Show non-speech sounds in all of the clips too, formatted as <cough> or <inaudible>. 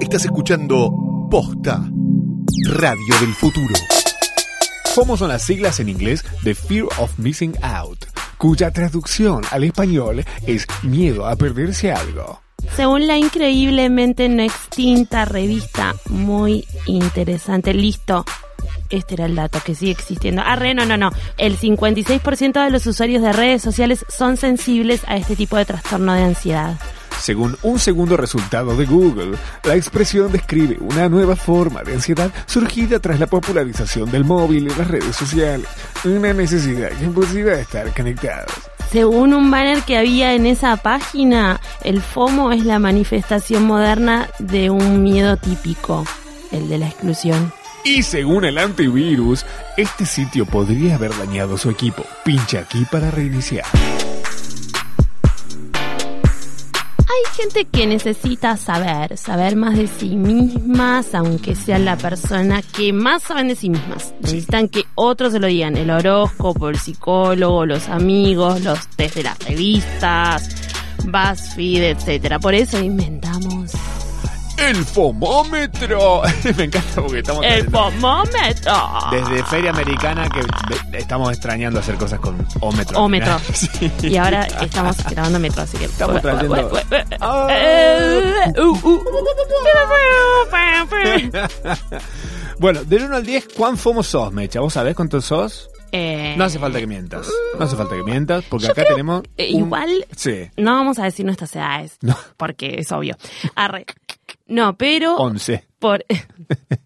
Estás escuchando Posta, Radio del Futuro. FOMO son las siglas en inglés de Fear of Missing Out, cuya traducción al español es miedo a perderse algo. Según la increíblemente no extinta revista, muy interesante, listo. Este era el dato que sigue existiendo. Arre, no, no, no. El 56% de los usuarios de redes sociales son sensibles a este tipo de trastorno de ansiedad. Según un segundo resultado de Google, la expresión describe una nueva forma de ansiedad surgida tras la popularización del móvil y las redes sociales, una necesidad que impulsiva de estar conectados. Según un banner que había en esa página, el FOMO es la manifestación moderna de un miedo típico, el de la exclusión. Y según el antivirus, este sitio podría haber dañado su equipo. Pincha aquí para reiniciar. Hay gente que necesita saber, saber más de sí mismas, aunque sea la persona que más saben de sí mismas. Necesitan que otros se lo digan, el horóscopo, el psicólogo, los amigos, los test de las revistas, BuzzFeed, etcétera. Por eso inventamos El FOMómetro. <laughs> Me encanta porque estamos... el pomómetro. Desde Ah. Feria Americana que ve- estamos extrañando hacer cosas con ómetro. Ómetro. <laughs> <laughs> Sí. Y ahora estamos grabando metro, así que. Estamos trayendo- Ah. Eh, <laughs> uh, uh. Bueno, del 1 al 10, ¿cuán FOMO sos, Mecha? ¿Vos sabés cuánto sos? Eh, No hace falta que mientas. No hace falta que mientas porque Yo acá creo tenemos... que un- igual- Sí. No vamos a decir nuestras edades, No. porque es obvio. Arre. No, pero 11. por <laughs>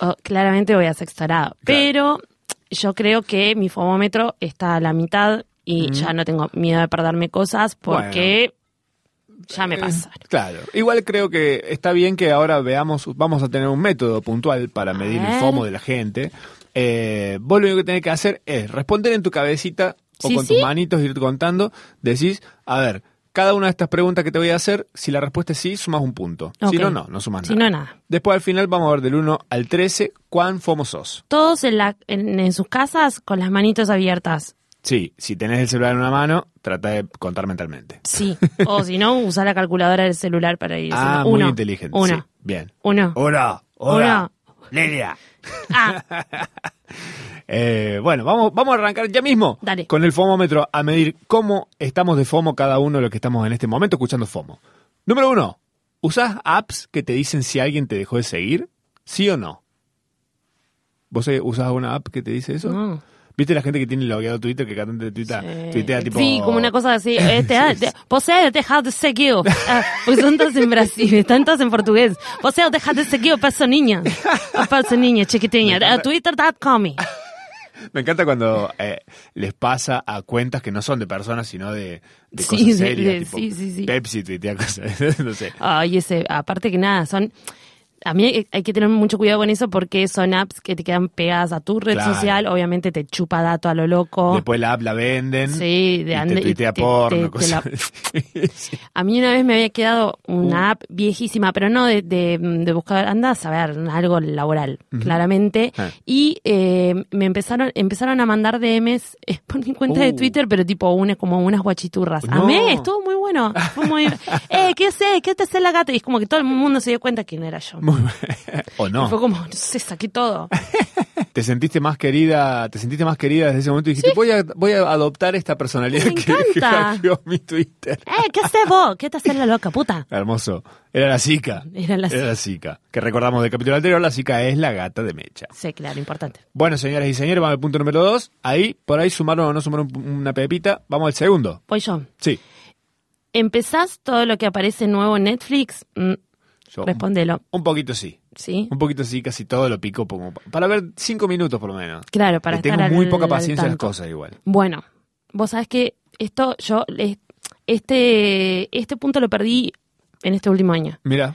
Oh, claramente voy a sextorado, pero yo creo que mi fomómetro está a la mitad y Mm. ya no tengo miedo de perderme cosas porque ya Eh, me pasaron. Claro. Igual creo que está bien que ahora veamos, vamos a tener un método puntual para medir el ver. FOMO de la gente. Eh, vos lo único que tenés que hacer es responder en tu cabecita o Sí, con sí. tus manitos, ir contando. Decís, a ver, cada una de estas preguntas que te voy a hacer, si la respuesta es sí, sumas un punto. Si Ok. no, no, no sumas Si nada. no, nada. Después al final vamos a ver del 1 al 13 cuán FOMO sos. Todos en, la- en- en sus casas con las manitos abiertas. Sí, si tenés el celular en una mano, trata de contar mentalmente. <laughs> Sí. O si no, usa la calculadora del celular para ir. Ah, haciendo. muy uno, inteligente. Uno. sí, Oh. bien. Uno. Hola, hola, Lelia. Ah, <laughs> Eh, bueno, vamos, vamos a arrancar ya mismo Dale. con el FOMómetro a medir cómo estamos de FOMO cada uno de los que estamos en este momento escuchando FOMO. Número uno, ¿usás apps que te dicen si alguien te dejó de seguir? ¿Sí o no? ¿Vos eh, usás alguna app que te dice eso? no. ¿Viste la gente que tiene logueado Twitter que cada tanto te tuita, Ah, tuitea tipo... Eh, Sí, como una cosa así. <laughs> Este, ah, de- vos has dejado de seguir. Ah, pues son todas en Brasil, están todas en portugués. Vos has dejado de seguir, paso niña. Paso niña, chiquitinha. Ah, Twitter.com. Me encanta cuando eh, les pasa a cuentas que no son de personas, sino de, de Sí, cosas de- serias. de- tipo sí, sí, sí. Pepsi tuitea cosas, <laughs> no sé. Ay, ese, aparte que nada, son. A mí hay- hay que tener mucho cuidado con eso porque son apps que te quedan pegadas a tu red Claro. social. Obviamente te chupa dato a lo loco. Después la app la venden. Sí, de y ande- te y tuitea te- porno, te- te la- cosas así. Sí. A mí una vez me había quedado una Uh. app viejísima, pero no de, de, de buscar, anda a saber, algo laboral, claramente. Ah. Y eh, me empezaron empezaron a mandar DMs eh, <laughs> por mi cuenta de Uh. Twitter, pero tipo una, como unas guachiturras. No. Amé, estuvo muy <laughs> bueno. Fue muy, eh, ¿qué sé? ¿Qué te hace la gata? Y es como que todo el mundo se dio cuenta que no era yo. <laughs> Muy bueno. <laughs> o Y Fue no. como, no sé, saqué todo. Te sentiste más querida, te sentiste más querida desde ese momento y dijiste, voy, a, voy a adoptar esta personalidad <laughs> Me que, que encanta. hackeó mi Twitter. Eh, ¿qué sé vos? ¿Qué te hace la loca, puta? Hermoso. Era la Zika. <laughs> Era la Era la Zika. Que recordamos del capítulo anterior, la Zika es la gata de Mecha. Sí, claro, importante. Bueno, señoras y señores, vamos al punto número dos. Ahí, por ahí sumaron o no sumaron una pepita. Vamos al segundo. Voy yo. Sí. ¿Empezás todo lo que aparece nuevo en Netflix? Mm, Yo, respondelo, Un poquito sí. ¿sí? Un poquito sí, casi todo lo pico como pa- para ver cinco minutos por lo menos. Claro, para Le estar Eh, tengo al- muy poca al paciencia a las tanto. cosas igual. Bueno, vos sabés que esto yo es- este este punto lo perdí en este último año. Mira,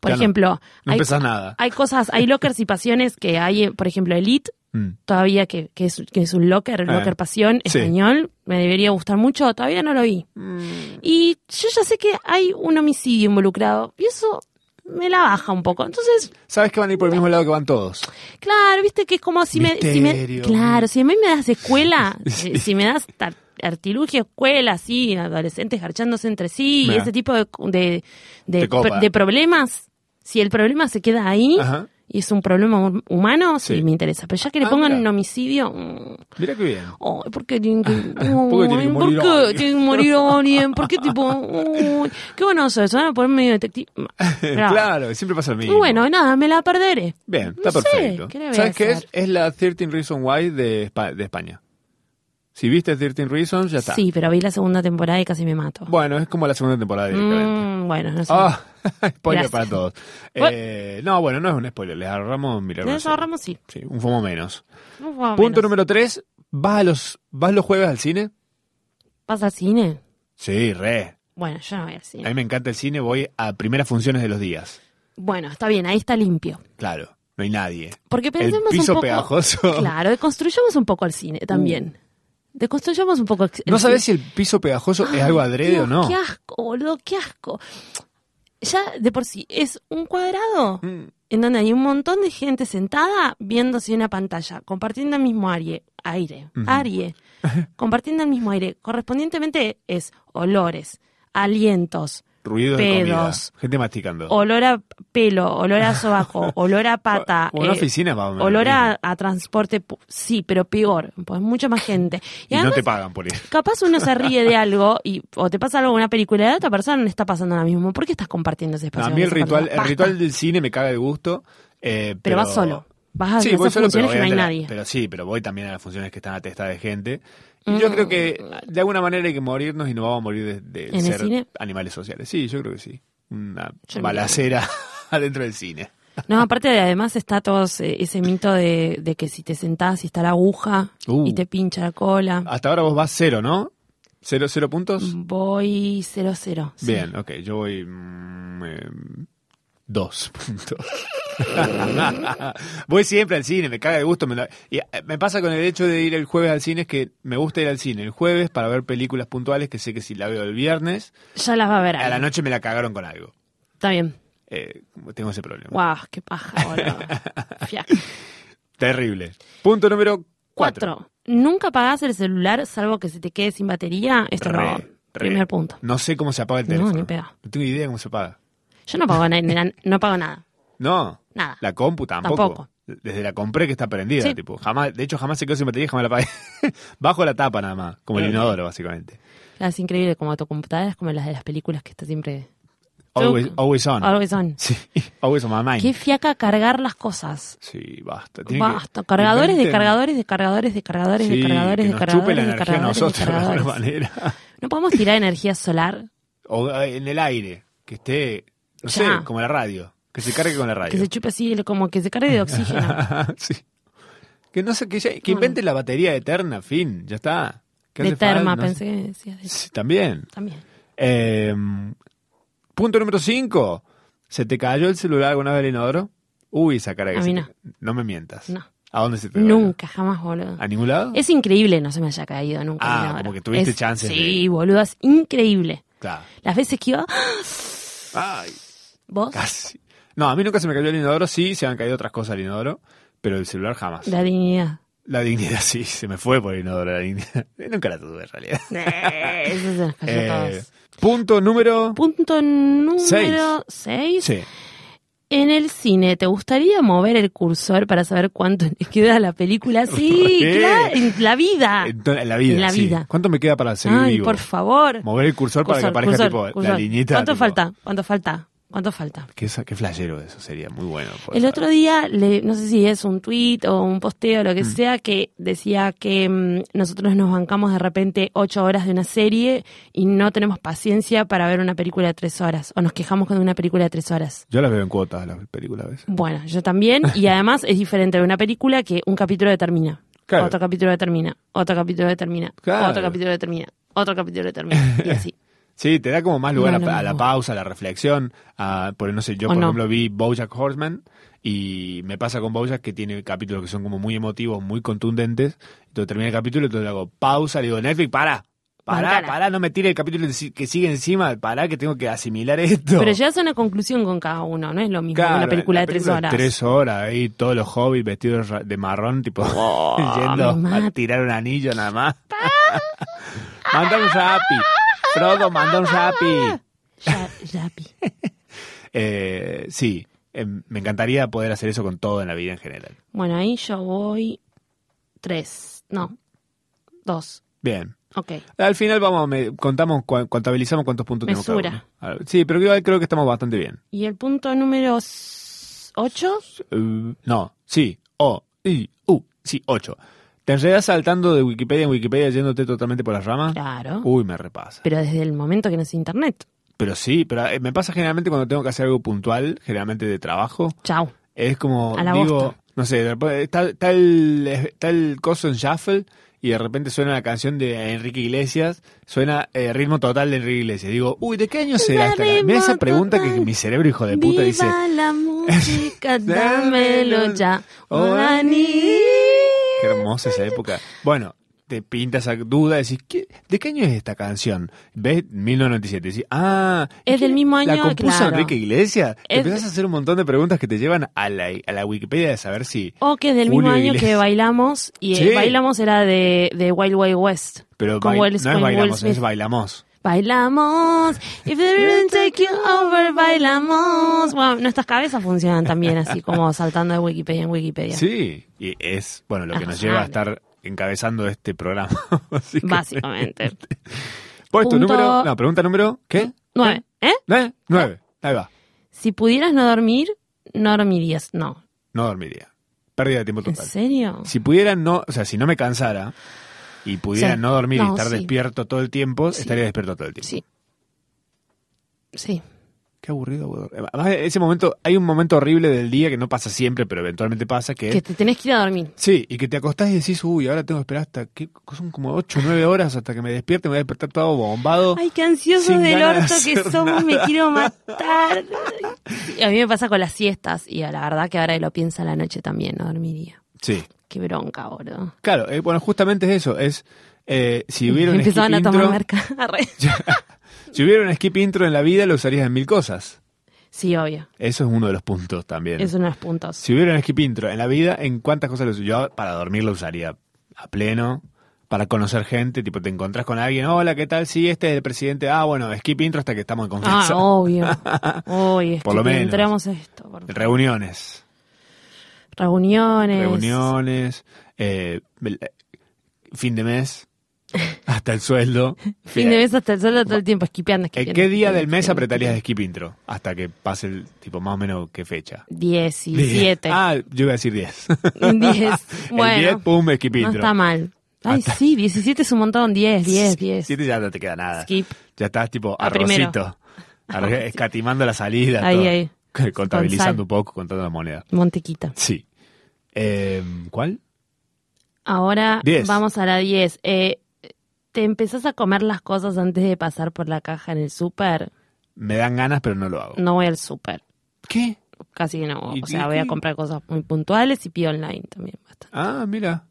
Por Ya no. ejemplo, no hay, empezás nada. hay cosas, hay lockers y pasiones que hay, eh, por ejemplo, Elite Mm. todavía que, que es, que es un locker, Ah, locker pasión sí. Mm. español, me debería gustar mucho, todavía no lo vi. Y yo ya sé que hay un homicidio involucrado y eso me la baja un poco. Entonces, Sabes que van a ir por el mismo lado que van todos. Claro, viste que es como si me, si me- Misterio. Claro, si a mí me das escuela, <laughs> Sí. eh, si me das tar- artilugio, escuela, así, adolescentes garchándose entre sí, Mirá. ese tipo de, de, de Te copa. pr- de problemas, Si el problema se queda ahí Ajá. y es un problema hum- humano, sí, Sí. me interesa. Pero ya que le Ah, pongan mira. un homicidio, mm, Mira qué bien. Ay, ¿por qué tienen que, <laughs> ¿Por qué tiene que morir Ay, ¿por qué alguien? tiene que morir alguien? ¿por qué <laughs> tipo, uy, qué bueno eso, se van a poner medio detective? No, no. Eh, claro, siempre pasa lo Y mismo. bueno, nada, me la perderé. Bien, No está sé, perfecto. ¿qué le voy a ¿Sabes qué es? hacer? Es la 13 Reasons Why de, Espa- de España. Si viste 13 Reasons, ya está. Sí, pero vi la segunda temporada y casi me mato. Bueno, es como la segunda temporada de Decadente. Mm, bueno, no sé. Ah, <laughs> spoiler Gracias. para todos. Bu- Eh, no, bueno, no es un spoiler. Les agarramos, mira, Les ahorramos, sí. Sí, un fomo menos. No fue menos. Punto número tres. ¿Vas, a los, ¿Vas los jueves al cine? ¿Vas al cine? Sí, re. Bueno, yo no voy al A cine. mí me encanta el cine, voy a primeras funciones de los días. Bueno, está bien, ahí está limpio. Claro, no hay nadie. Porque El pensemos piso un poco. pegajoso. Mm. Claro, deconstruyamos un poco el cine también. Deconstruyamos un poco el No el sabes cine. si el piso pegajoso es algo Ay, adrede o Dios, no. Qué asco, boludo, qué asco. Ya de por sí es un cuadrado Mm, en donde hay un montón de gente sentada viéndose una pantalla, compartiendo el mismo aire, aire, Ujú. aire, compartiendo el mismo aire. Correspondientemente es olores, alientos, Ruido de comida. Pedos. Gente masticando. olor a pelo, olor <laughs> a sobaco, olor a pata. O una eh, oficina, más o menos, Olor lo a, a transporte, pu- sí, pero peor, pues mucha más gente. Y Y, no además, te pagan por eso. capaz uno se ríe de algo y o te pasa algo en una película y a la otra persona no le está pasando lo mismo. ¿Por qué estás compartiendo ese espacio? A mí con el esa ritual, persona? el Pues Basta. ritual del cine me caga de gusto. eh, Pero, pero vas solo. Ah, Vas a sí, esas voy solo, pero funciones que no hay obviamente la- nadie. pero sí, pero voy también a las funciones que están atestadas de gente. Y yo creo que de alguna manera hay que morirnos y no vamos a morir de, de Mm. ¿En el ser cine? animales sociales. Sí, yo creo que sí. Una Yo balacera <laughs> adentro del cine. No, aparte de además está todo ese, ese mito de, de que si te sentás y está la aguja Uh. Ah, y te pincha la cola. Hasta ahora vos vas cero, ¿no? ¿Cero, cero puntos? Voy 0 cero. Mm, sí. Bien, ok. Yo voy mm, eh, dos <laughs> puntos. voy siempre al cine, me caga de gusto. Me, la- y, eh, me pasa con el hecho de ir el jueves al cine, es que me gusta ir al cine el jueves para ver películas puntuales que sé que si la veo el viernes, Ya las va a ver. a la alguien. noche me la cagaron con algo. Está bien. Eh, tengo ese problema. Guau, qué paja, <laughs> boludo. Fiac. Terrible. Punto número cuatro. Cuatro. Nunca apagás el celular salvo que se te quede sin batería. Esto no. Re, re. Primer punto. No sé cómo se apaga el No, teléfono. ni pega. No tengo idea cómo se apaga. Yo no apago na- na- no apago nada. No. Nada. La compu tampoco. Tampoco. Desde la compré que está prendida, Sí. tipo, jamás, de hecho jamás se quedó sin batería, jamás la apagué. <laughs> Bajo la tapa nada más, como el inodoro básicamente. Es increíble como tu computadora es como las de las películas que está siempre. Always, always on. Always on. Sí, <laughs> always on my mind. Qué fiaca cargar las cosas. Sí, basta. Tienen que- Basta. Cargadores de inventen- cargadores de cargadores de cargadores Sí, de cargadores que de nos chupe la cargadores de energía a cargadores de nosotros <laughs> de alguna cargadores. manera. No podemos tirar energía solar. O eh, en el aire, que esté, no Ya. sé, como la radio, que se cargue con la radio. Que se chupe así, como que se <laughs> cargue de oxígeno. sí. Que no sé, que, ya- que Bueno. inventen la batería eterna, fin, ya está. ¿Qué De hace falta? terma, No sé. pensé que decías de- Sí, también. También. Eh, punto número 5. ¿Se te cayó el celular alguna vez el inodoro? Uy, esa cara que A se mí te- no. no me mientas. No. ¿A dónde se te cayó? Nunca, jamás, boludo. ¿A ningún lado? Es increíble, no se me haya caído nunca. Ah, ni nada. como que tuviste Es- chances Sí, boludo, es increíble. Claro. Las veces que iba, ¡ah! Ay, vos, casi. No, a mí nunca se me cayó el inodoro. Sí, se me han caído otras cosas al inodoro, pero el celular jamás. la dignidad. La dignidad <laughs> sí, se me fue por el inodoro la dignidad. <laughs> Nunca la tuve en realidad. Eh, Eso se nos cayó Eh, a todos. punto número... Punto número 6. Sí. En el cine, ¿te gustaría mover el cursor para saber cuánto <laughs> le queda a la película? Sí, ¿Por qué? Eh, claro, en la vida. Entonces, en la vida, En la sí. vida. ¿Cuánto me queda para seguir Ay, vivo? por favor. Mover el cursor, para que Cursor, aparezca cursor, tipo la cursor. liñita, ¿Cuánto tipo- falta? ¿Cuánto falta? ¿Cuánto falta? Qué, sa- qué flashero eso sería, muy bueno. por El favor. otro día, le- no sé si es un tuit o un posteo, lo que Mm. sea, que decía que mm, nosotros nos bancamos de repente ocho horas de una serie y no tenemos paciencia para ver una película de tres horas, o nos quejamos con una película de tres horas. Yo las veo en cuotas, las películas a veces. Bueno, yo también, <laughs> y además es diferente de una película que un capítulo determina, Claro. otro capítulo determina, otro capítulo determina, Claro. otro capítulo determina, otro capítulo determina, <laughs> y así. Sí, te da como más lugar No, a no pa- me a, la gusta. pausa, a la reflexión. A, por, no sé, yo O por no. ejemplo vi Bojack Horseman y me pasa con Bojack que tiene capítulos que son como muy emotivos, muy contundentes. Entonces termina el capítulo, entonces le hago pausa, le digo, Netflix, para. Pará, Bancala. pará, no me tire el capítulo enci- que sigue encima, pará que tengo que asimilar esto. Pero llegas a una conclusión con cada uno, no es lo mismo que Claro, una la película de tres película horas. Tres horas, ahí todos los hobbits vestidos ra- de marrón, tipo, <laughs> me yendo mata. a tirar un anillo nada más. <laughs> manda un rapi. Frodo, manda un rapi. Ya, ya, pi. Eh, sí, Eh, me encantaría poder hacer eso con todo en la vida en general. Bueno, ahí yo voy tres, no, dos. Bien. Ok. Al final vamos, me- contamos, cua- contabilizamos cuántos puntos tenemos. Mesura. cada uno. Ah, Sí, pero igual creo que estamos bastante bien. Y el punto número s- ocho. Eh, no, sí, o, i, u, sí, ocho. ¿Te enredas saltando de Wikipedia en Wikipedia yéndote totalmente por las ramas? Claro. Uy, me repasa. Uh, Pero desde el momento que no es internet. Pero sí, pero eh, me pasa generalmente cuando tengo que hacer algo puntual, generalmente de trabajo. Chau. Es como, A la digo, bosta. no sé, de repente está, está el, está el coso en shuffle y de repente suena la canción de Enrique Iglesias, suena eh, ritmo total de Enrique Iglesias. Digo, uy, ¿de qué año será esta? canción? Mira esa pregunta que mi cerebro, hijo de puta, Viva dice. <laughs> la música, dámelo ya. Oh, Orani. Qué hermosa esa época. Bueno, te pintas esa duda, decís, ¿qué- ¿de qué año es esta canción? ¿Ves? 1997. Decís, ah, ¿y Es del qué? mismo ¿La año? compuso Claro. Enrique Iglesias? Te Es- Empezás a hacer un montón de preguntas que te llevan a la, a la Wikipedia de saber si. O que es del Julio mismo año Iglesias. que bailamos. Y eh, Sí. bailamos era de, de Wild Wild West. Pero con bail- Will, no con es Will bailamos, Smith. es bailamos. Bailamos. If they didn't take you over, bailamos. Bueno, nuestras cabezas funcionan también así, como saltando de Wikipedia en Wikipedia. Sí. Y es, bueno, lo que nos lleva a estar encabezando este programa. <laughs> básicamente. Básicamente. Pues tu Punto- número. No, pregunta número. ¿Qué? Nueve. ¿Eh? ¿Nueve? Nueve. Ahí va. Si pudieras no dormir, no dormirías. No. No dormiría. Pérdida de tiempo ¿En total. serio? Si pudiera no, o sea, si no me cansara y pudiera Sí. no dormir y No, estar sí. despierto todo el tiempo, Sí. estaría despierto todo el tiempo. Sí. Sí. Qué aburrido. boludo. Además, ese momento, hay un momento horrible del día que no pasa siempre, pero eventualmente pasa que... Que te tenés que ir a dormir. Sí, y que te acostás y decís, uy, ahora tengo que esperar hasta, que son como 8 o 9 horas hasta que me despierte, me voy a despertar todo bombado. Ay, qué ansiosos Sin del ganas de orto que hacer somos, me nada. <laughs> quiero matar. Y a mí me pasa con las siestas. Y la verdad que ahora que lo piensa a la noche también, no dormiría. Sí, Qué bronca, boludo. claro, eh, bueno, justamente es eso, es, eh, <laughs> si hubiera un skip Empezaban a tomar intro, marca. <laughs> Arre. si hubiera un skip intro en la vida, lo usarías en mil cosas. Sí, obvio. Eso es uno de los puntos también. Es uno de los <laughs> puntos. Si hubiera un skip intro en la vida, ¿en cuántas cosas lo usaría? Yo para dormir lo usaría a pleno, para conocer gente, tipo te encontrás con alguien, hola, ¿qué tal? Sí, este es el presidente, ah, bueno, skip intro hasta que estamos en ah, confianza. obvio. <laughs> Hoy es Por que lo menos. entramos a esto. por favor. Reuniones, Reuniones. reuniones, eh, el- fin de mes, hasta el sueldo. <laughs> Fin de mes hasta el suelo todo el tiempo, esquipeando, ¿En esquipeando. qué día del esquipeando, mes esquipeando, apretarías skip intro? Hasta que pase el tipo más o menos qué fecha. Diecisiete. <laughs> Ah, yo iba a decir 10. Diez. <laughs> el 10, Bueno, pum, skip no intro. está mal. Ay, sí, 17 es un montón. 10, 10, 10. Siete ya no te queda nada. Skip. Ya estás tipo A Ah, primero. arrocito. Arro- <laughs> escatimando la salida. Ahí, todo. ahí. Con <laughs> Contabilizando sal. un poco, contando la moneda. Montequita. Sí. Eh, ¿Cuál? Ahora Diez. vamos a la 10. Eh, ¿Te empezás a comer las cosas antes de pasar por la caja en el súper? Me dan ganas, pero no lo hago. No voy al súper. ¿Qué? Casi que no. ¿Y- O sea, y- voy a y- comprar cosas muy puntuales y pido online también. Bastante. Ah, mira.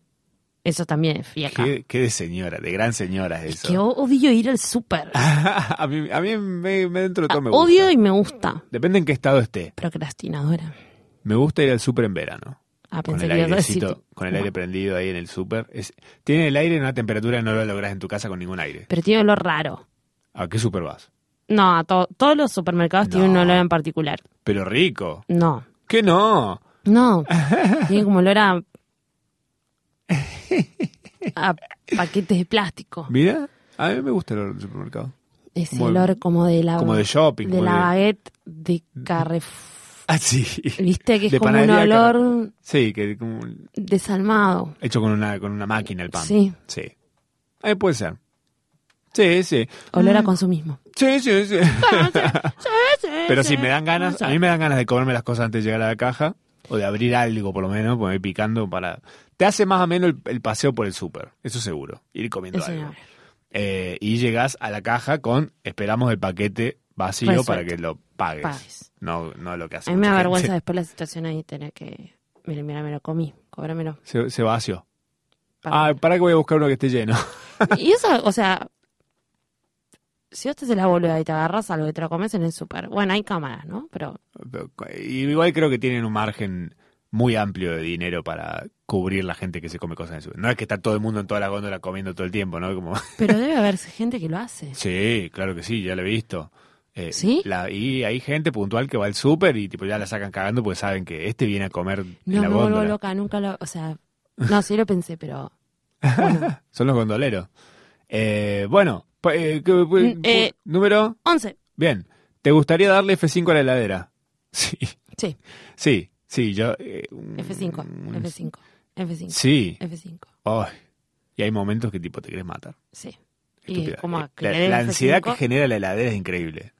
Eso también es fiaca. Qué, qué de señora, de gran señora es <laughs> Que eso. o- odio ir al súper. a mí, a mí me, me dentro de todo me gusta. Odio y me gusta. Depende en qué estado esté. Procrastinadora. Me gusta ir al súper en verano. Ah, Con pensé el que ibas a decir airecito, tú. con el aire No. prendido ahí en el súper. Es- Tiene el aire en una temperatura que no lo logras en tu casa con ningún aire. Pero tiene olor raro. ¿A qué súper vas? No, a to- todos los supermercados tienen un No. olor en particular. Pero rico. No. ¿Qué no? <laughs> No. tiene como olor a. a paquetes de plástico. Mira, a mí me gusta el olor del supermercado. Ese Como- olor como de la. como de shopping, De como la de- baguette de Carrefour. Ah, sí. Viste que es De como un panadería de Carre- olor Sí, que como un- desalmado. hecho con una, con una máquina el pan. Sí. Sí. Ahí puede ser. Sí, sí. Mm, Olor a consumismo. Sí, sí, sí. <laughs> Pero si si me dan ganas, a mí me dan ganas de comerme las cosas antes de llegar a la caja o de abrir algo por lo menos, poner picando para... Te hace más o menos el, el paseo por el súper, eso seguro, ir comiendo Eso algo. no. Eh, y llegas a la caja con, esperamos el paquete vacío Resuelto. para que lo pagues. Pagues. No, no lo que hace A mí me mucha da gente. vergüenza después la situación ahí tener que. Mira, mira, me lo comí, cóbramelo. Se, se vació. Para- Ah, para que voy a buscar uno que esté lleno. <laughs> Y eso, o sea. Si vos te haces la boluda y te agarras algo y te lo comes en el súper. Bueno, hay cámaras, ¿no? Pero. Igual creo que tienen un margen muy amplio de dinero para cubrir la gente que se come cosas en el súper. No es que está todo el mundo en toda la góndola comiendo todo el tiempo, ¿no? Como... <laughs> Pero debe haber gente que lo hace. Sí, claro que sí, ya lo he visto. Eh, ¿Sí? la- y hay gente puntual que va al súper y tipo ya la sacan cagando porque saben que este viene a comer en la No, me vuelvo góndola. loca, nunca lo. <laughs> O sea, no, sí lo pensé, pero. Son los gondoleros. Eh, bueno, pa- eh, que- pu- Mm, eh. número, 11. bien. ¿Te gustaría darle F5 a la heladera? <laughs> Sí, Sí, sí, sí, yo... eh, un- F5, un- F5, F5, Sí, F5. Ay, y hay momentos que tipo te querés matar. Sí. Y Estúpida. como Eh, que la, le den la F5, ansiedad que genera la heladera es increíble.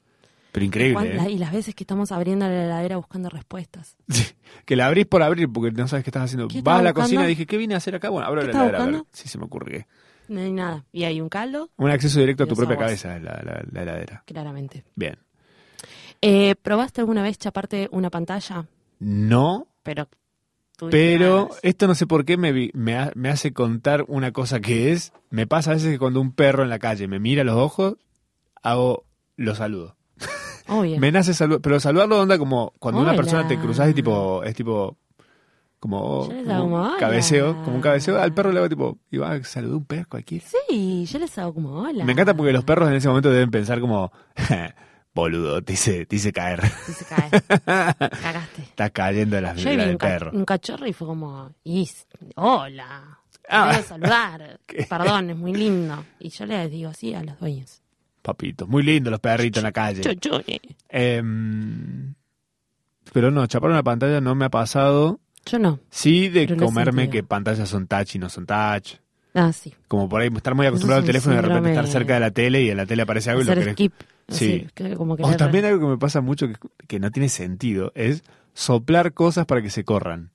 Pero cuán- increíble, la- ¿eh? Y las veces que estamos abriendo la heladera buscando respuestas. Que la abrís por abrir porque no sabes qué estás haciendo. ¿Qué Vas a la estaba cocina y buscando? dije, ¿qué vine a hacer acá? Bueno, abro ¿Qué la estaba heladera. a ver buscando? si se me ocurre que. No hay nada. Y hay un caldo, Un acceso directo a tu Dios propia a vos. cabeza es la, la- la heladera. claramente. Bien. Eh, ¿Probaste alguna vez chaparte una pantalla? No, Pero. "Ah, tuviste pero ganas. esto no sé por qué me, vi- me, ha- me hace contar una cosa que es. Me pasa a veces que cuando un perro en la calle me mira a los ojos, hago. Lo saludo. Obvio. eh, Me nace saludar, pero saludarlo onda como cuando una Hola. persona te cruzas y tipo, es tipo, como, Yo les como hago un como, "Hola". cabeceo, como un cabeceo, al perro le hago tipo, y va, saludó un perro cualquiera. Sí, yo les hago como hola. Me encanta porque los perros en ese momento deben pensar como, <laughs> boludo, te hice, te hice caer, <laughs> Y se cae. Cagaste. estás cayendo en las Yo vi miras un, del ca- perro. un cachorro y fue como, "Is- hola, Ah. <laughs> quiero saludar, perdón, es muy lindo. Y yo les digo así a los dueños. eh, Papitos, muy lindos los perritos en la calle. Chochone. Em, pero no, chapar una pantalla no me ha pasado. Yo no, Sí de Pero lo he comerme sentido. que pantallas son touch y no son touch. ah, sí, Como por ahí estar muy acostumbrado al Eso es un teléfono y de repente síndrome- estar cerca de la tele y en la tele aparece algo y lo hacer querés. skip. Sí. así, que como que O le- también algo que me pasa mucho que, que no tiene sentido es soplar cosas para que se corran.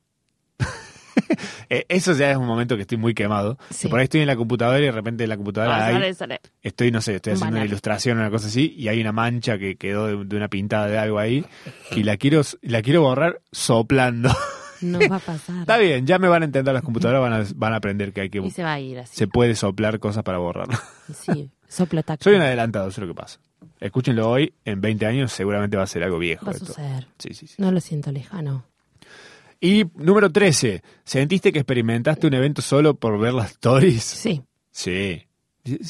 <laughs> Eh, Eso ya es un momento que estoy muy quemado. Sí. Que Por ahí estoy en la computadora y de repente en la computadora Ah, hay- sale, sale. estoy, no sé, estoy Un haciendo una banner. ilustración o una cosa así y hay una mancha que quedó de, de una pintada de algo ahí y la quiero, la quiero borrar soplando. <laughs> <laughs> No va a pasar. Está bien, ya me van a entender las computadoras, van a, van a aprender que hay que... Y se va a ir así. Se puede soplar cosas para borrarlo. Y Sí, <laughs> soplo tacto. Soy un adelantado, eso es lo que pasa. Escúchenlo hoy, en 20 años seguramente va a ser algo viejo. Va a esto. suceder. Sí, sí, sí. No lo siento lejano. Y número 13, ¿sentiste que experimentaste un evento solo por ver las stories? Sí. Sí.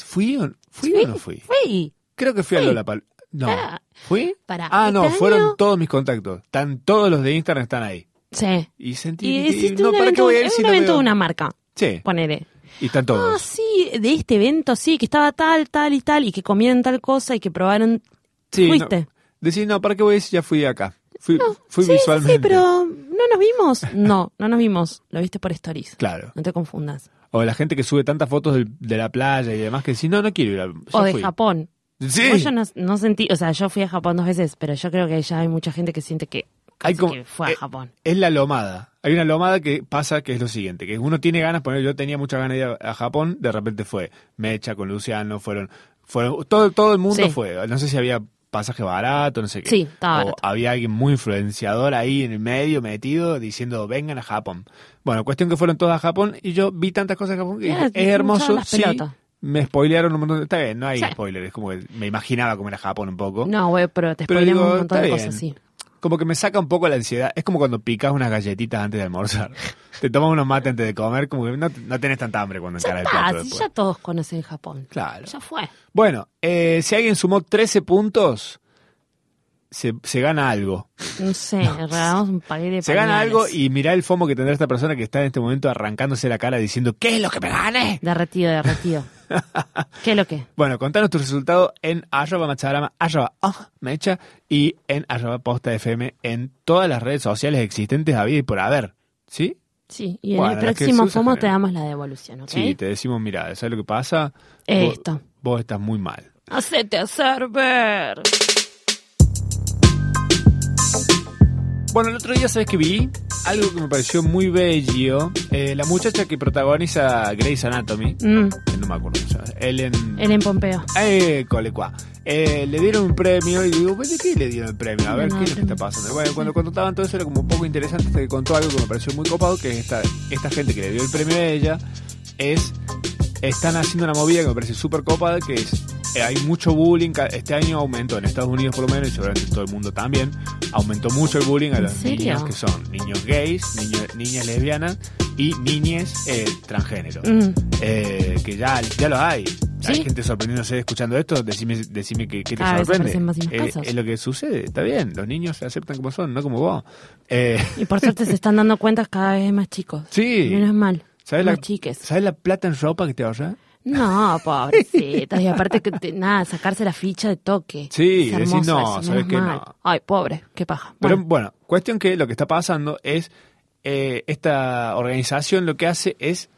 ¿Fui o, fui Sí, o no fui? Fui. Creo que fui, a Fui. Lola No. Ah. ¿Fui? Para. Ah, no, este fueron año- todos mis contactos. Están, todos los de Instagram están ahí. Sí. Y sentí Y que- hiciste no, un ¿para qué evento, voy a ir es si un no evento veo? de una marca, Sí, ponele. y están Ah, todos. sí, de este evento, sí, que estaba tal, tal y tal, y que comieron tal cosa y que probaron. Sí, no. Fuiste. Decís, no, ¿para qué voy a ir si ya fui acá? Fui, fui sí, sí, visualmente. Sí, pero ¿no nos vimos? No, no nos vimos. Lo viste por stories. Claro. No te confundas. O la gente que sube tantas fotos del- de, la playa y demás que decís, no, no quiero ir. a- ya o de fui. Japón. Sí. Vos Yo no, no sentí, o sea, yo fui a Japón dos veces, pero yo creo que ya hay mucha gente que siente que, Hay casi como- que fue a eh, Japón. Es la lomada. Hay una lomada que pasa que es lo siguiente, que uno tiene ganas, poner, yo tenía muchas ganas de ir a, a Japón, de repente fue Mecha con Luciano, fueron, fueron todo, todo el mundo Sí. fue. No sé si había pasaje barato, no sé qué. Sí, estaba O barato. había alguien muy influenciador ahí en el medio metido diciendo vengan a Japón. Bueno, cuestión que fueron todos a Japón y yo vi tantas cosas en Japón que Ya, dije, es hinchaban hermoso, las sí. pelotas. Me spoilearon un montón de... Está bien, no hay Sí. spoilers, es como que me imaginaba cómo era Japón un poco. No, güey, pero te Pero spoileamos digo, un montón de está cosas, sí. bien. Como que me saca un poco la ansiedad. Es como cuando picas unas galletitas antes de <laughs> almorzar. Te tomas unos mates antes de comer, como que no, no tenés tanta hambre cuando Ya encaras el está, plato si después. ya todos conocen Japón. Claro. <laughs> Ya fue. Bueno, eh, si alguien sumó 13 puntos, se, se gana algo. No sé, regalamos un paquete de Se gana pañales. algo y mirá el fomo que tendrá esta persona que está en este momento arrancándose la cara diciendo ¿Qué es lo que me gané? <laughs> Derretido, derretido. ¿Qué es lo que? Bueno, contanos tu resultado en arroba macharama, arroba ah, mecha y en arroba posta FM en todas las redes sociales existentes había y por haber. ¿Sí? Sí, y en Bueno, el las que se próximo usan FOMO te general. damos la devolución, ¿ok? Sí, te decimos, mira, ¿sabes lo que pasa? Vos- Esto. Vos, estás muy mal. Hacete hacer ver. Bueno, el otro día, ¿sabes qué vi? Algo que me pareció muy bello. Eh, la muchacha que protagoniza Grey's Anatomy, Mm, que no me acuerdo cómo se llama, Ellen... Ellen Pompeo. Eh, colecua. Eh, le dieron un premio y digo, ¿de qué le dieron el premio? A ver, No, ¿qué es lo que no. está pasando? Bueno, cuando contaban todo eso era como un poco interesante hasta que contó algo que me pareció muy copado, que es esta, esta gente que le dio el premio a ella es... Están haciendo una movida que me parece súper copada, que es... eh, hay mucho bullying, ca- este año aumentó en Estados Unidos por lo menos, y seguramente en todo el mundo también, aumentó mucho el bullying a ¿En los serio? niños que son niños gays, niños, niñas lesbianas, y niñes eh, transgénero. Mm. Eh, que ya, ya los hay. Hay Sí. Ah, gente sorprendiéndose escuchando esto. Decime, decime que, que te Cada vez sorprende. aparecen más y más Eh, casos. es lo que sucede. Está bien. Los niños se aceptan como son, no como vos. Eh, Y por suerte se están dando cuentas cada vez más chicos. Sí. Menos mal. ¿sabes, más la, chiques. ¿Sabes la plata en ropa que te ahorra? No, pobrecitas. Y aparte que te- nada, sacarse la ficha de toque. Sí, Es decís, hermoso no, eso, sabes menos que mal. no. Ay, pobre, qué paja. Pero Bueno, bueno, cuestión que lo que está pasando es, eh, esta organización lo que hace es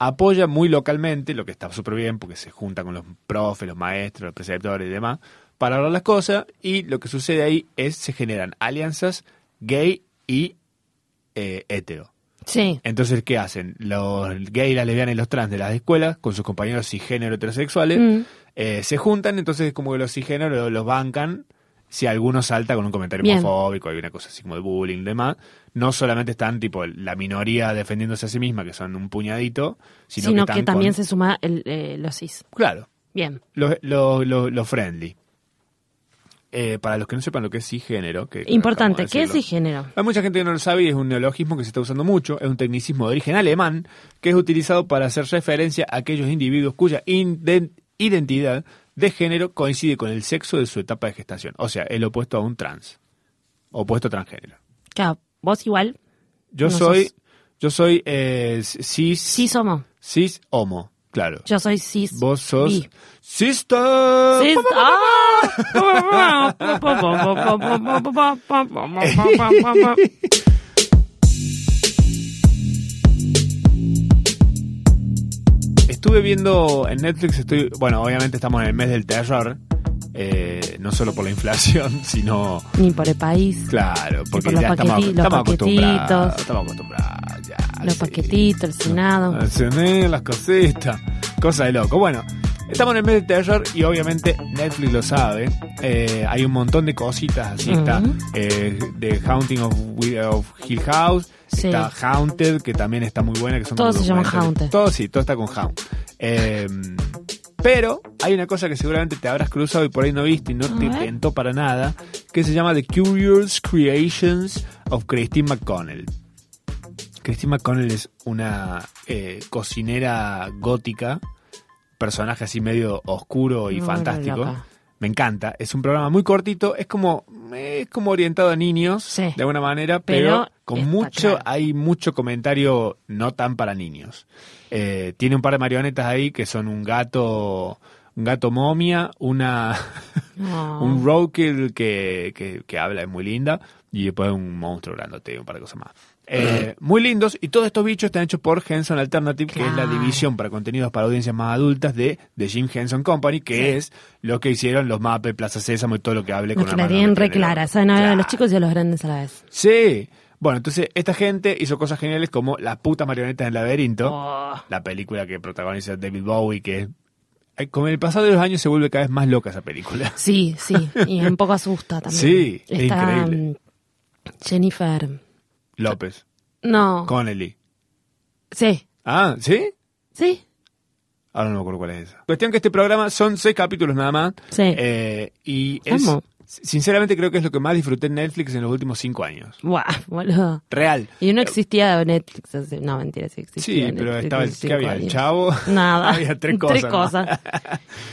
apoya muy localmente, lo que está súper bien porque se junta con los profes, los maestros, los preceptores y demás, para hablar las cosas y lo que sucede ahí es se generan alianzas gay y eh, hetero. sí. Entonces, ¿qué hacen? Los gays, las lesbianas y los trans de las escuelas, con sus compañeros cisgénero heterosexuales, Mm. eh, se juntan, entonces como que los cisgénero los bancan si alguno salta con un comentario Bien. homofóbico, hay una cosa así como de bullying y demás. No solamente están, tipo, la minoría defendiéndose a sí misma, que son un puñadito, sino, Sino, que, están también con- se suma el, eh, los cis. Claro, Bien. los los- los- los friendly. Eh, para los que no sepan lo que es cisgénero... Que Importante, acabamos de ¿qué es decirlo. cisgénero? Hay mucha gente que no lo sabe y es un neologismo que se está usando mucho, es un tecnicismo de origen alemán que es utilizado para hacer referencia a aquellos individuos cuya inden- identidad de género coincide con el sexo de su etapa de gestación, o sea, el opuesto a un trans, opuesto a transgénero. Claro, vos igual, Yo No soy, sos- yo soy eh, cis, sí somos. cis homo, claro. Yo soy cis. Vos sos bi. sister. Cis- ¡Ah! Estuve viendo en Netflix, estoy, bueno, obviamente estamos en el mes del terror, eh, no solo por la inflación, <laughs> sino Ni por el país. Claro, porque por los ya estamos, paqueti- los estamos acostumbrados. paquetitos. Estamos acostumbrados. ya, Los sí. paquetitos, el Senado. Ah, Encendé las cositas. Cosa de loco. Bueno, estamos en el mes del terror y obviamente Netflix lo sabe. Eh, hay un montón de cositas así. Está Ujú. eh, The Haunting of, Wi- of Hill House. Sí. Está Haunted, que también está muy buena. Que son Todo se llama documentales. Haunted. Todo sí, todo está con Hound. Eh, pero hay una cosa que seguramente te habrás cruzado y por ahí no viste y no A te ver. tentó para nada, que se llama The Curious Creations of Christine McConnell. Christine McConnell es una eh, cocinera gótica, personaje así medio oscuro y Me vuelvo fantástico. loca. Me encanta. Es un programa muy cortito, es como, eh, es como orientado a niños, Sí. de alguna manera, pero, Pero con está mucho, claro. hay mucho comentario no tan para niños. Eh, tiene un par de marionetas ahí que son un gato, un gato momia, una <laughs> No. un roadkill que, que, que habla es muy linda y después un monstruo grandote un par de cosas más. Eh, muy lindos y todos estos bichos están hechos por Henson Alternative, que es la Claro. división para contenidos para audiencias más adultas de, de Jim Henson Company, que es lo que hicieron los Mappes, Plaza Sésamo y todo lo que hable No, con que la Armando tienen re Mantener. clara. Saben hablar a Claro. eh, los chicos y a los grandes a la vez. Sí. Bueno, entonces esta gente hizo cosas geniales como las putas marionetas del laberinto, Oh. la película que protagoniza David Bowie, que eh, con el pasado de los años se vuelve cada vez más loca esa película. <laughs> Sí, sí. Y un poco asusta también. Sí, es increíble. mm, Jennifer. López, No. Connelly. Sí, Ah, ¿sí? sí. Ahora no me acuerdo cuál es esa. Cuestión que este programa son seis capítulos nada más. Sí. Eh, y es, Amo. sinceramente creo que es lo que más disfruté en Netflix en los últimos cinco años. Buah, boludo. Real. Y no existía Netflix. hace- No, mentira, sí Sí, existía. pero Netflix estaba el, hace ¿qué cinco había? El años. chavo. Nada. <laughs> había tres cosas. ¿no? <laughs> cosas.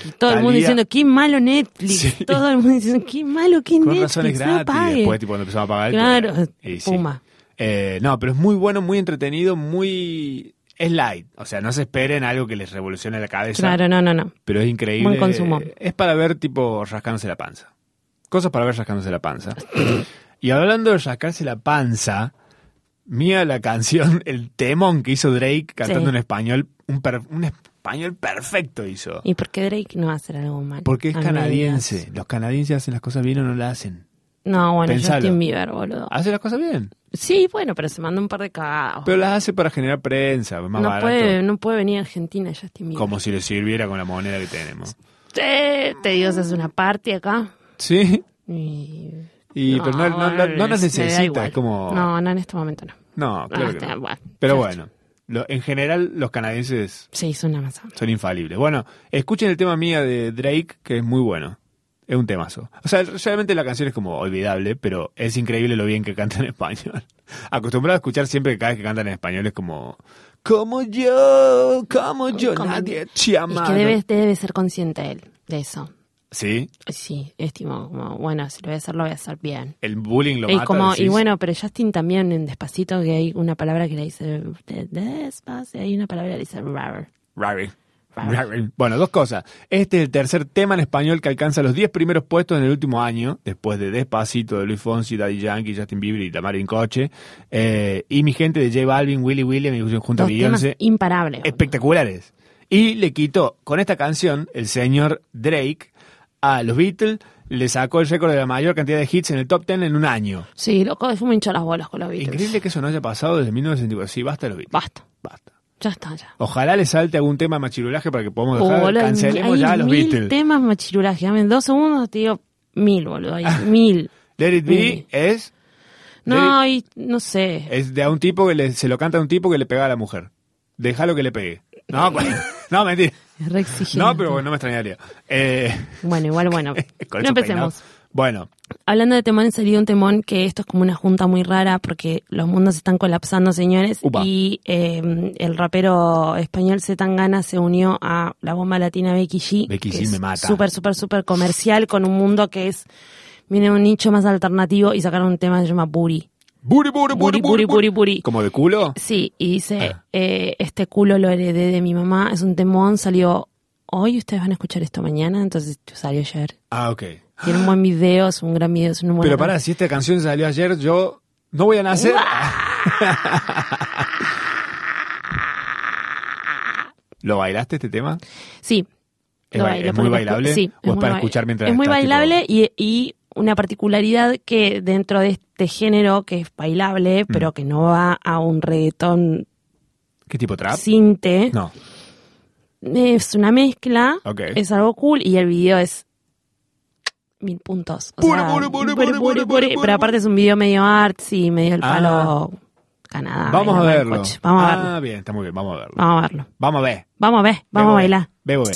Y todo el mundo Talía. diciendo, qué malo Netflix. Sí. Todo el mundo diciendo, qué malo, qué Con Netflix. razones no gratis. pague. después, tipo, cuando empezamos a pagar. Claro, tipo, y sí. puma. Eh, no, pero es muy bueno, muy entretenido, muy. Es light. O sea, no se esperen algo que les revolucione la cabeza. Claro, no, no, no. Pero es increíble. Buen consumo. Es para ver, tipo, rascándose la panza. Cosas para ver rascándose la panza. y hablando de rascarse la panza, mía la canción, <laughs> el temón que hizo Drake cantando Sí. en español, un, per- un español perfecto hizo. ¿Y por qué Drake no va a hacer algo mal? Porque es A mí me canadiense. digas. Los canadienses hacen las cosas bien o no las hacen. No, bueno, Pensalo. Justin Bieber, boludo. Hace las cosas bien, Sí, bueno, pero se manda un par de cagados. pero las hace para generar prensa, más No barato. puede, no puede venir a Argentina Justin Bieber. Como si le sirviera con la moneda que tenemos. Sí, te digo, se hace una party acá. Sí, Y... Ah, y, pero no, no- no- no nos me da necesita, igual. es como... No, no, en este momento no. No, claro Ah, que está, no. bueno, Pero ya bueno, lo- en general los canadienses Sí, es una masa. son infalibles. Bueno, escuchen el tema mía de Drake, que es muy bueno. Es un temazo. O sea, realmente la canción es como olvidable, pero es increíble lo bien que canta en español. <laughs> Acostumbrado a escuchar siempre que cada vez que cantan en español es como... Como yo, como yo, Como- nadie te ama. Es que debe, debe ser consciente él de eso. Sí, Sí, estimo, como, bueno, si lo voy a hacer, lo voy a hacer bien. el bullying lo Y, mata. como, y decís. bueno, pero Justin también en Despacito, que hay una palabra que le dice de- Despacito, hay una palabra que le dice rar. Rari. Rari. Rari. Bueno, dos cosas. Este es el tercer tema en español que alcanza los 10 primeros puestos en el último año, después de Despacito de Luis Fonsi, Daddy Yankee, Justin Bieber y Tamara Incoche. Eh, y mi gente de J Balvin, Willy William y junto a Dos temas Beyoncé. imparables. Espectaculares. Y le quitó, con esta canción, el señor Drake a los Beatles, le sacó el récord de la mayor cantidad de hits en el top 10 en un año. Sí, loco, yo me hincho las bolas con los Beatles. Increíble que eso no haya pasado desde 1964. Sí, basta los Beatles. Basta, Basta. ya está, ya. Ojalá le salte algún tema de machirulaje para que podamos Oh, dejar. boludo, Cancelemos hay ya a los mil Beatles. temas machirulaje. Dame dos segundos, te digo mil, <laughs> boludo. Hay mil. Let It Be Sí. es, No, y no sé. es de a un tipo que le, se lo canta a un tipo que le pega a la mujer. Déjalo que le pegue. No, cu- no mentira. Es re exigente. No, pero no me extrañaría. Eh, <laughs> Bueno, igual, bueno. con no esos empecemos. peinados. Bueno, Hablando de temón, salió un temón que esto es como una junta muy rara porque los mundos están colapsando, señores. Upa. Y eh, el rapero español Zetangana se unió a la bomba latina Becky G. Becky que G es me mata. Súper, súper, súper comercial con un mundo que es. Viene un nicho más alternativo y sacaron un tema que se llama Buri. Buri, buri, buri, Ah. Buri, buri, buri, buri. Como de culo. Sí, y dice: eh, Este culo lo heredé de mi mamá. Es un temón, salió hoy. Ustedes van a escuchar esto mañana, entonces salió ayer. Ah, ok. Tiene un buen video, es un gran video, es un buen Pero para, si esta canción salió ayer, yo no voy a nacer. <laughs> ¿Lo bailaste este tema? Sí. ¿Es Lo ba- bailo es porque muy lo bailable? escu- Sí, ¿O es para muy escuchar bail- mientras Es muy estás, tipo- bailable y, y una particularidad que dentro de este género que es Mm. bailable, pero que no va a un reggaetón ¿Qué tipo trap? cinte, Ah. <laughs> No. es una mezcla, Ok. es algo cool y el video es mil puntos. O Pure, sea, pure, pure, pure, pure, pure, pure, pure, pure, pero aparte es un video medio artsy, medio el Ah. palo Canadá. Vamos a Dinamarca, verlo. Ah, coche. Vamos a Ah, verlo. bien, está muy bien, vamos a verlo. Vamos a verlo. Vamos a ver. E, Vamos a ver, vamos a bailar. Bebo, ve.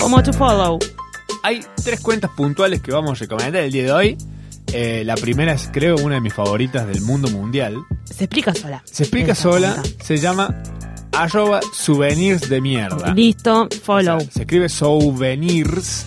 Como to follow. Hay tres cuentas puntuales que vamos a recomendar el día de hoy. Eh, la primera es, creo, una de mis favoritas del mundo mundial. Se explica sola. Se explica Esa sola, cuenta. se llama arroba souvenirs de mierda. Listo, follow. O sea, se escribe souvenirs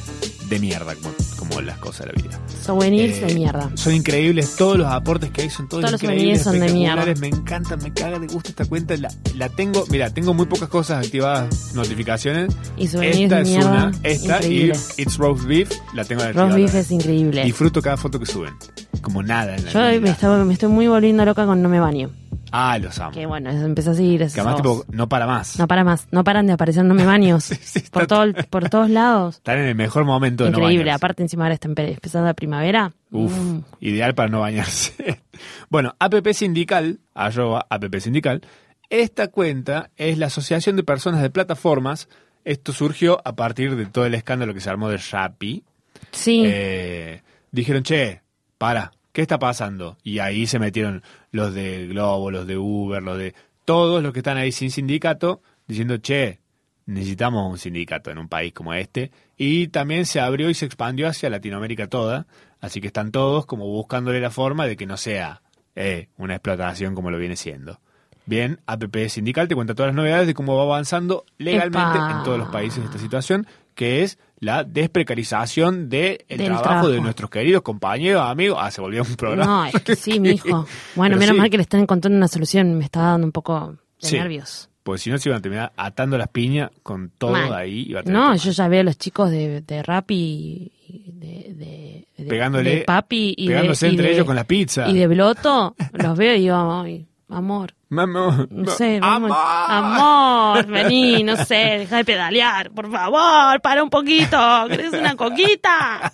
de mierda, como, como las cosas de la vida. Souvenirs Eh, de mierda. Son increíbles, todos los aportes que hay son todos, Todos los increíbles, souvenirs son de espectaculares, Me encanta, me caga de gusto esta cuenta. La, la tengo, mira, tengo muy pocas cosas activadas, notificaciones. Y souvenirs Esta de es mierda. una, esta increíble. y It's Roast Beef, la tengo activada. Roast beef es increíble. Disfruto cada foto que suben, como nada en la Yo vida. me, estaba- me estoy muy volviendo loca con No Me Baño. Ah, los amo. Que bueno, eso empecé a seguir. esos Que además, ojos. tipo, no para más. No para más, no paran de aparecer No Me Baños. <laughs> sí, está por, todo, el- por <laughs> todos lados. Están en el mejor momento de no increíble. bañarse. Aparte, encima ahora está empe- empezando la primavera. Uf, Mm. ideal para no bañarse. <laughs> bueno, APP Sindical, arroba APP Sindical, esta cuenta es la Asociación de Personas de Plataformas. Esto surgió a partir de todo el escándalo que se armó de Rappi. Sí. Eh, dijeron, che, para, ¿qué está pasando? Y ahí se metieron los de Globo, los de Uber, los de todos los que están ahí sin sindicato, diciendo, che, necesitamos un sindicato en un país como este. Y también se abrió y se expandió hacia Latinoamérica toda, así que están todos como buscándole la forma de que no sea eh, una explotación como lo viene siendo. Bien, APP Sindical te cuenta todas las novedades de cómo va avanzando legalmente Epa. en todos los países esta situación, que es la desprecarización del Del trabajo, trabajo. de nuestros queridos compañeros, amigos. Ah, se volvió un programa. no, es que sí, <laughs> mi hijo. Bueno, Pero menos sí. mal que le están encontrando una solución. Me estaba dando un poco de Sí. nervios. Pues si no, se iban a terminar atando las piñas con todo Mal. ahí. Iba a tener No, que- yo ya veo a los chicos de, de Rappi y de, de- de- Pegándole- de Papi y de- pegándose y de, entre ellos con la pizza. Y de Bloto, los veo y digo, "Ay, amor, Mamá, no sé, vamos- ¡Amor! amor, vení, no sé, deja de pedalear, por favor, para un poquito, ¿querés una coquita?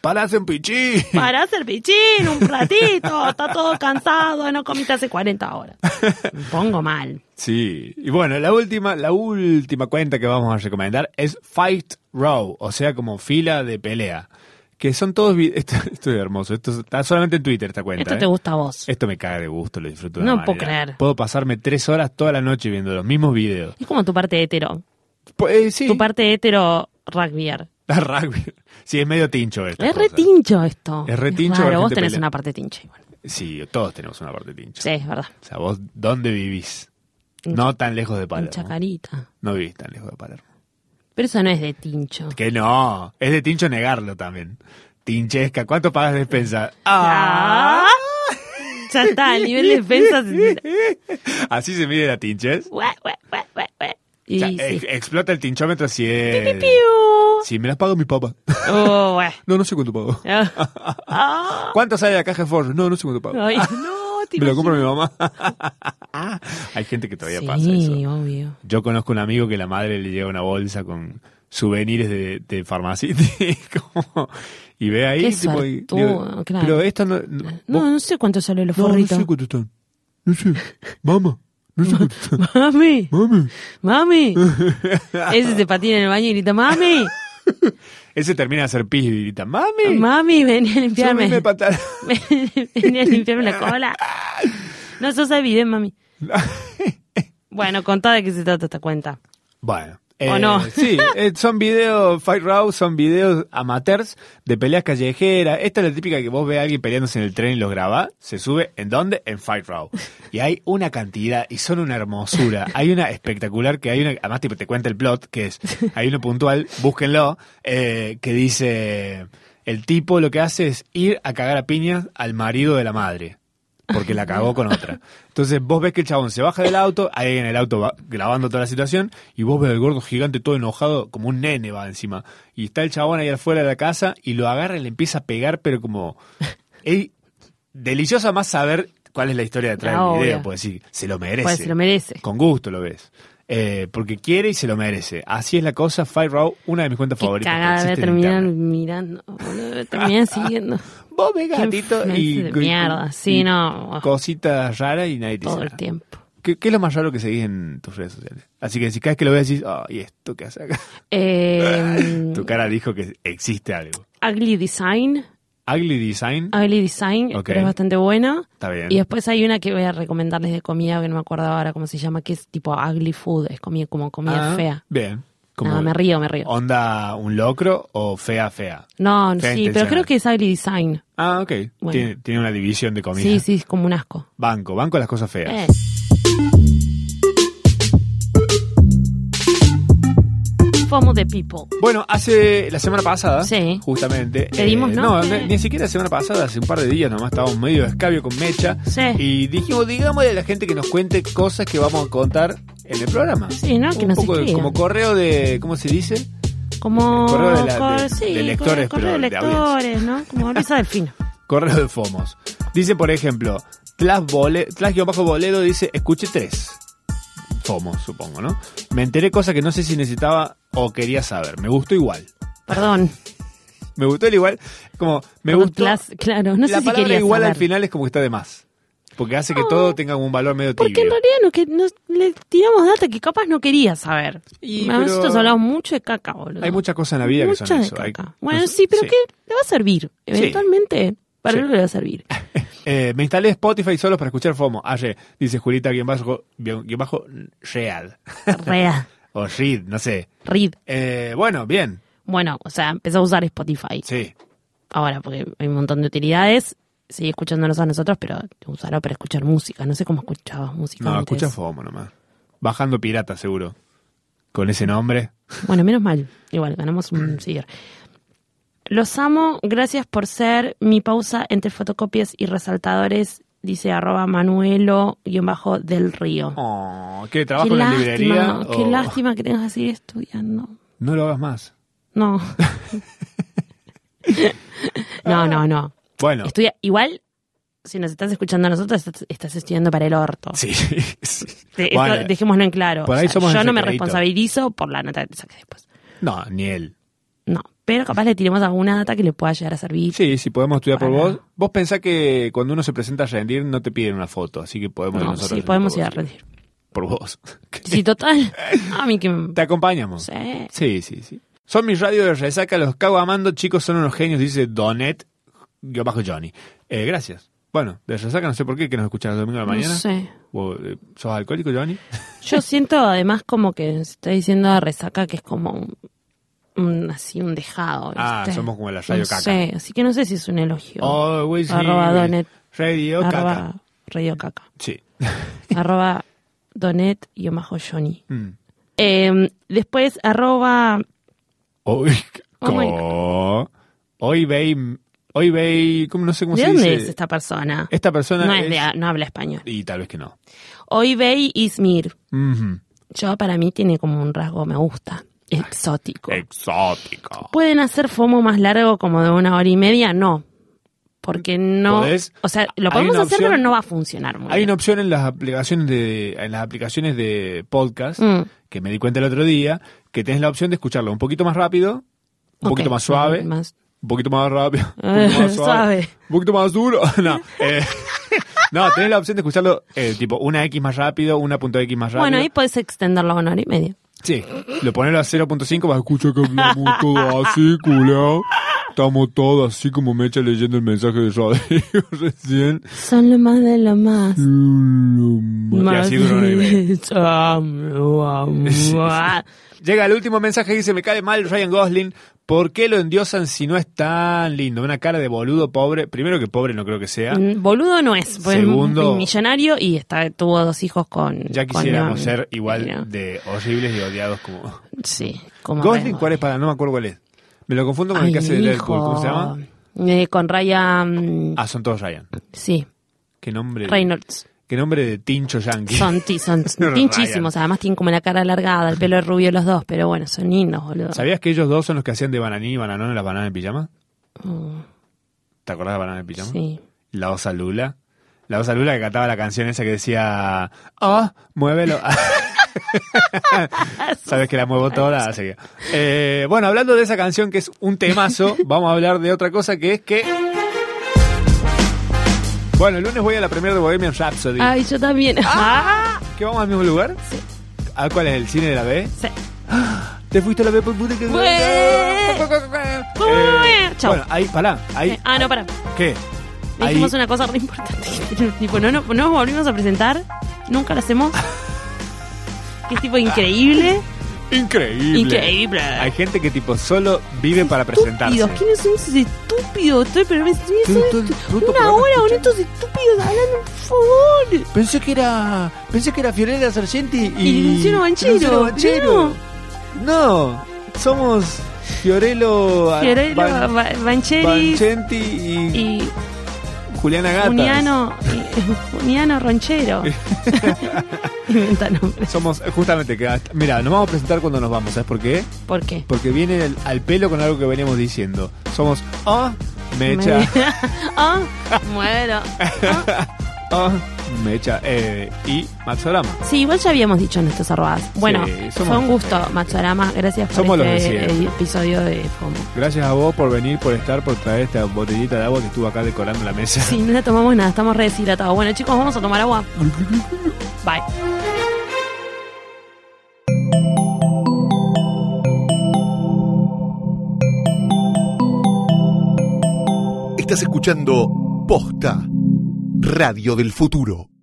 ¡Para hacer un pichín! Para hacer pichín un ratito, está todo cansado, no comiste hace 40 horas. Me pongo mal. Sí. Y bueno, la última, la última cuenta que vamos a recomendar es Fight Row, o sea, como fila de pelea. Que son todos... vi- <laughs> Esto, esto es hermoso. Esto está solamente en Twitter esta cuenta. Esto te ¿eh? gusta a vos. Esto me caga de gusto, lo disfruto de No una puedo manera. creer. Puedo pasarme tres horas toda la noche viendo los mismos videos. Es como tu parte hetero. Pues, eh, sí. Tu parte hetero rugbyer. La rugby. <laughs> Sí, es medio tincho esto. Es retincho esto. Es re tincho Claro, la vos gente tenés pelea. una parte tincha igual. Sí, todos tenemos una parte tincho. Sí, es verdad. O sea, vos, ¿dónde vivís? En No tan lejos de En Palermo. Chacarita. No vivís tan lejos de Palermo. Pero eso no es de tincho. Que no, es de tincho negarlo también. Tinchesca, ¿cuánto pagas de despensa? Ah. Ya está, el nivel de defensa. se- <laughs> Así se mide la tinches. Guau, guau, guau, guau, guau. O Y sea, sí. ex- Explota el tinchómetro si es... Piu. <laughs> Si me las pago mi papá. Oh, guau. No, no sé cuánto pago. <laughs> Ah. Ah. ¿Cuánto sale la caja de Ford? No, no sé cuánto pago. Ay, no, te Me lo compro imaginas. mi mamá. <laughs> Hay gente que todavía pasa Sí, eso. obvio. Yo conozco un amigo que la madre le lleva una bolsa con souvenirs de, de farmacia y <laughs> como- y ve ahí Qué tipo, y digo, suertudo, claro. pero esto no, no- No, vos- no sé cuánto sale los no, no forritos. sé cuánto están no sé mamá no sé cuánto están <laughs> Mami, mami mami. <laughs> Ese se patina en el baño y grita, mami, ese termina de hacer pis y grita mami mami, vení a limpiarme. subime el <laughs> pantalón". Vení a limpiarme la cola. No sos evidente, mami. <laughs> Bueno, contá de qué se trata esta cuenta. Bueno. ¿O no? <laughs> Sí, eh, son videos, Fight Row, son videos amateurs de peleas callejeras. Esta es la típica que vos ve a alguien peleándose en el tren y los graba. Se sube, ¿en dónde? En Fight Row. Y hay una cantidad y son una hermosura. Hay una espectacular que hay una, además tipo, te cuenta el plot, que es, hay uno puntual, búsquenlo, eh, que dice, el tipo lo que hace es ir a cagar a piñas al marido de la madre porque la cagó con otra. Entonces vos ves que el chabón se baja del auto, hay alguien en el auto va- grabando toda la situación, y vos ves al gordo gigante todo enojado, como un nene va encima. Y está el chabón ahí afuera de la casa, y lo agarra y le empieza a pegar, pero como... Ey, delicioso más saber cuál es la historia detrás Ah, del video, obvio. pues sí, se lo merece. Pues se lo merece. Con gusto lo ves. Eh, porque quiere y se lo merece. Así es la cosa, Fire Row, una de mis cuentas Qué favoritas. que cagada, voy a existe en terminar internet. mirando, boludo, voy a <laughs> terminar siguiendo. Vos ves Qué gatito y, influencia de mierda. Sí, y no. cositas raras y nadie te Todo dice el nada. tiempo. ¿Qué, qué es lo más raro que seguís en tus redes sociales? Así que si cada vez que lo ves decís, ay, esto qué hace acá? <laughs> Eh, Tu cara dijo que existe algo. Ugly Design. Ugly Design, Ugly Design, Ok. pero es bastante buena. está bien. Ah, Y después hay una que voy a recomendarles de comida, que no me acuerdo ahora cómo se llama, que es tipo Ugly Food, es comida, como comida Ah, fea. Bien. Como No, me río, me río. ¿Onda un locro o fea, fea? No, fea sí, pero intencional. creo que es Ugly Design. Ah, ok. Bueno. Tiene, tiene una división de comida. Sí, sí, es como un asco. Banco, banco las cosas feas. Eh, FOMO de people. Bueno, hace la semana pasada, Sí. justamente. eh, Pedimos, ¿no? No, Que- ni, ni siquiera la semana pasada, hace un par de días nomás estábamos medio de escabio con Mecha. Sí. Y dijimos, digámosle a la gente que nos cuente cosas que vamos a contar en el programa. Sí, ¿no? Que un nos poco de- escriban. como correo de. ¿Cómo se dice? Como El correo de la- cor- de- sí, de lectores, correo de pero de audiencia. lectores, ¿no? Como Luisa Delfino. Correo de FOMOS. Dice, por ejemplo, Tlas Bole- Tlas-Boledo dice, escuché tres. FOMOS, supongo, ¿no? Me enteré cosas que no sé si necesitaba o quería saber. Me gustó igual. Perdón. <laughs> Me gustó el igual. Como, me Perdón, gustó. Plas- claro, no la sé si palabra quería igual saber. al final es como que está de más. Porque hace que todo tenga un valor medio tibio. Porque en realidad no, que, nos, le tiramos data que capaz no quería saber. Y, A pero- Nosotros hablamos mucho de caca, boludo. Hay muchas cosas en la vida que son Muchas eso. de Hay- caca. Bueno, no sé- sí, pero que le va a servir. Eventualmente, para Sí. algo le va a servir. <laughs> Eh, me instalé Spotify solo para escuchar FOMO. Ayer, dice Julita, guión bajo, guión guión bajo, real. Rea, o read, no sé. read. Eh, bueno, bien, Bueno, o sea, empezó a usar Spotify. sí. Ahora, porque hay un montón de utilidades. Sigue escuchándonos a nosotros, pero usarlo para escuchar música. No sé cómo escuchabas música. No, antes. escucha FOMO nomás. Bajando pirata, seguro. Con ese nombre. Bueno, menos mal. Igual, <clears throat> ganamos un seguidor. Los amo, gracias por ser mi pausa entre fotocopias y resaltadores, dice arroba manuelo guión bajo del río. Oh, ¿Qué qué trabajo en la lástima, librería? qué o- lástima que tengas que seguir estudiando. No lo hagas más. <laughs> No. no, no, no. Bueno, Estudia, igual, si nos estás escuchando a nosotros, estás, estás estudiando para el orto. sí. <laughs> sí. De- Bueno, esto dejémoslo en claro. por ahí somos yo el no me recreíto. responsabilizo por la nota que te saques después. no, ni él. No, pero capaz le tiremos alguna data que le pueda llegar a servir. Sí, sí, podemos estudiar por Para- vos. Vos pensás que cuando uno se presenta a rendir no te piden una foto, así que podemos ir No, nosotros. sí, podemos ir a por vos. rendir. Por vos. <laughs> Sí, total. A mí que me... Te acompañamos. Sí. Sí, sí, sí. Son mis radios de resaca, los cago amando, chicos, son unos genios, dice Donet, yo bajo Johnny. Eh, gracias. Bueno, de Resaca no sé por qué, que nos escuchan el domingo de la mañana. No sé. O, eh, ¿Sos alcohólico, Giovanni? Yo siento además como que se está diciendo a resaca que es como un, un- así un dejado. Ah, ¿viste? somos como la radio no caca. Sé, así que no sé si es un elogio. Always arroba here. donet. Radio arroba caca. radio caca. Sí. <laughs> arroba donet y omajo Johnny. Mm. Eh, después arroba Hoy, Oh my co- hoy ve, hoy ve, ¿cómo no sé cómo ¿De se dónde dice? es esta persona? Esta persona no, es, es de- no habla español. y tal vez que no. Oybey Ismir. Ujú. Yo para mí tiene como un rasgo, me gusta, exótico. Exótico. ¿Pueden hacer FOMO más largo como de una hora y media? No. Porque no... ¿Podés? O sea, lo Hay podemos una hacer, opción- pero no va a funcionar muy Hay bien. una opción en las aplicaciones de en las aplicaciones de podcast Mm. que me di cuenta el otro día que tenés la opción de escucharlo un poquito más rápido, un Ok, poquito más suave, más- un poquito más rápido, un <laughs> poquito más suave, Suave. un poquito más duro. <laughs> No, eh, no, tenés la opción de escucharlo eh, tipo una X más rápido, una punto X más rápido. Bueno, ahí podés extenderlo a una hora y media. Sí, lo ponerlo a 0.5 vas a escuchar que hablamos todo así, culo. Estamos todos así como Mecha leyendo el mensaje de Rodrigo <laughs> recién. Son lo más de lo más. Y así dura una hora y media. <laughs> Llega el último mensaje y dice, me cae mal Ryan Gosling. ¿Por qué lo endiosan si no es tan lindo? Una cara de boludo pobre. Primero que pobre no creo que sea. Mm, Boludo no es, porque Segundo- es millonario y está, tuvo dos hijos con... Ya con quisiéramos Leon. ser igual Pero- de horribles y odiados como... Sí, <laughs> como Gosling, Ryan ¿cuál es para? No me acuerdo cuál es. Me lo confundo con el Ay, que hace de hijo. Deadpool. ¿Cómo se llama? Eh, con Ryan. Ah, son todos Ryan. Sí, Qué nombre. Reynolds. Qué nombre de tincho yankee. <laughs> Son, ti- son Ryan. tinchísimos. Además, tienen como la cara alargada, el pelo es rubio los dos. Pero bueno, son lindos, boludo. ¿Sabías que ellos dos son los que hacían de bananín y bananón en las bananas en pijama? ¿Te acordás de bananas en pijama? Mm, Sí. La osa Lula. La osa Lula que cantaba la canción esa que decía, ah, <laughs> muévelo. <laughs> Sabes que la muevo toda, así que- Eh, bueno, hablando de esa canción que es un <laughs> temazo, vamos a hablar de otra cosa que es que... Bueno, el lunes voy a la premier de Bohemian Rhapsody. Ay, yo también. <laughs> ¿Qué vamos al mismo lugar? Sí. ¿A cuál es el cine de la B? Sí. Te fuiste a la B por puta que... Eh, Chau. Bueno, ahí, pará, ahí, Ah, no, pará. ¿qué? Ahí, Dijimos una cosa re importante. <laughs> tipo, no, no, no nos volvimos a presentar. Nunca <laughs> lo hacemos. Que es tipo increíble. increíble. increíble. Hay gente que tipo solo vive para presentarse. Estúpidos, ¿quiénes son esos estúpidos? Estoy, pero me estoy Todo- todo el bruto una programa hora con escuchando. estos estúpidos hablando, por favor. Pensé que era, pensé que era Fiorella Sargenti y, Y Luciano Banchero, Luciano Banchero. No, somos Fiorello, a- Fiorello, Ban- Ba- Bancheri Banchenti y, y Juliana Gatas. Juniano, y- <laughs> <laughs> Juniano Ronchero. Inventa nombres. Somos justamente que hasta- mira, nos vamos a presentar cuando nos vamos, ¿sabes por qué? ¿Por qué? Porque viene el- al pelo con algo que veníamos diciendo. Somos ah mecha. Me- <laughs> Ah, muero. <laughs> Ah, Mecha eh, y Matsorama. Sí, igual ya habíamos dicho en estos arrobadas. Bueno, Sí, somos- fue un gusto, Matsorama. Gracias por Somos los de este siempre. episodio de FOMO. Gracias a vos por venir, por estar, por traer esta botellita de agua que estuvo acá decorando la mesa. Sí, no la tomamos nada, estamos re deshidratados. Bueno, chicos, vamos a tomar agua. Bye. Estás escuchando Posta, Radio del Futuro.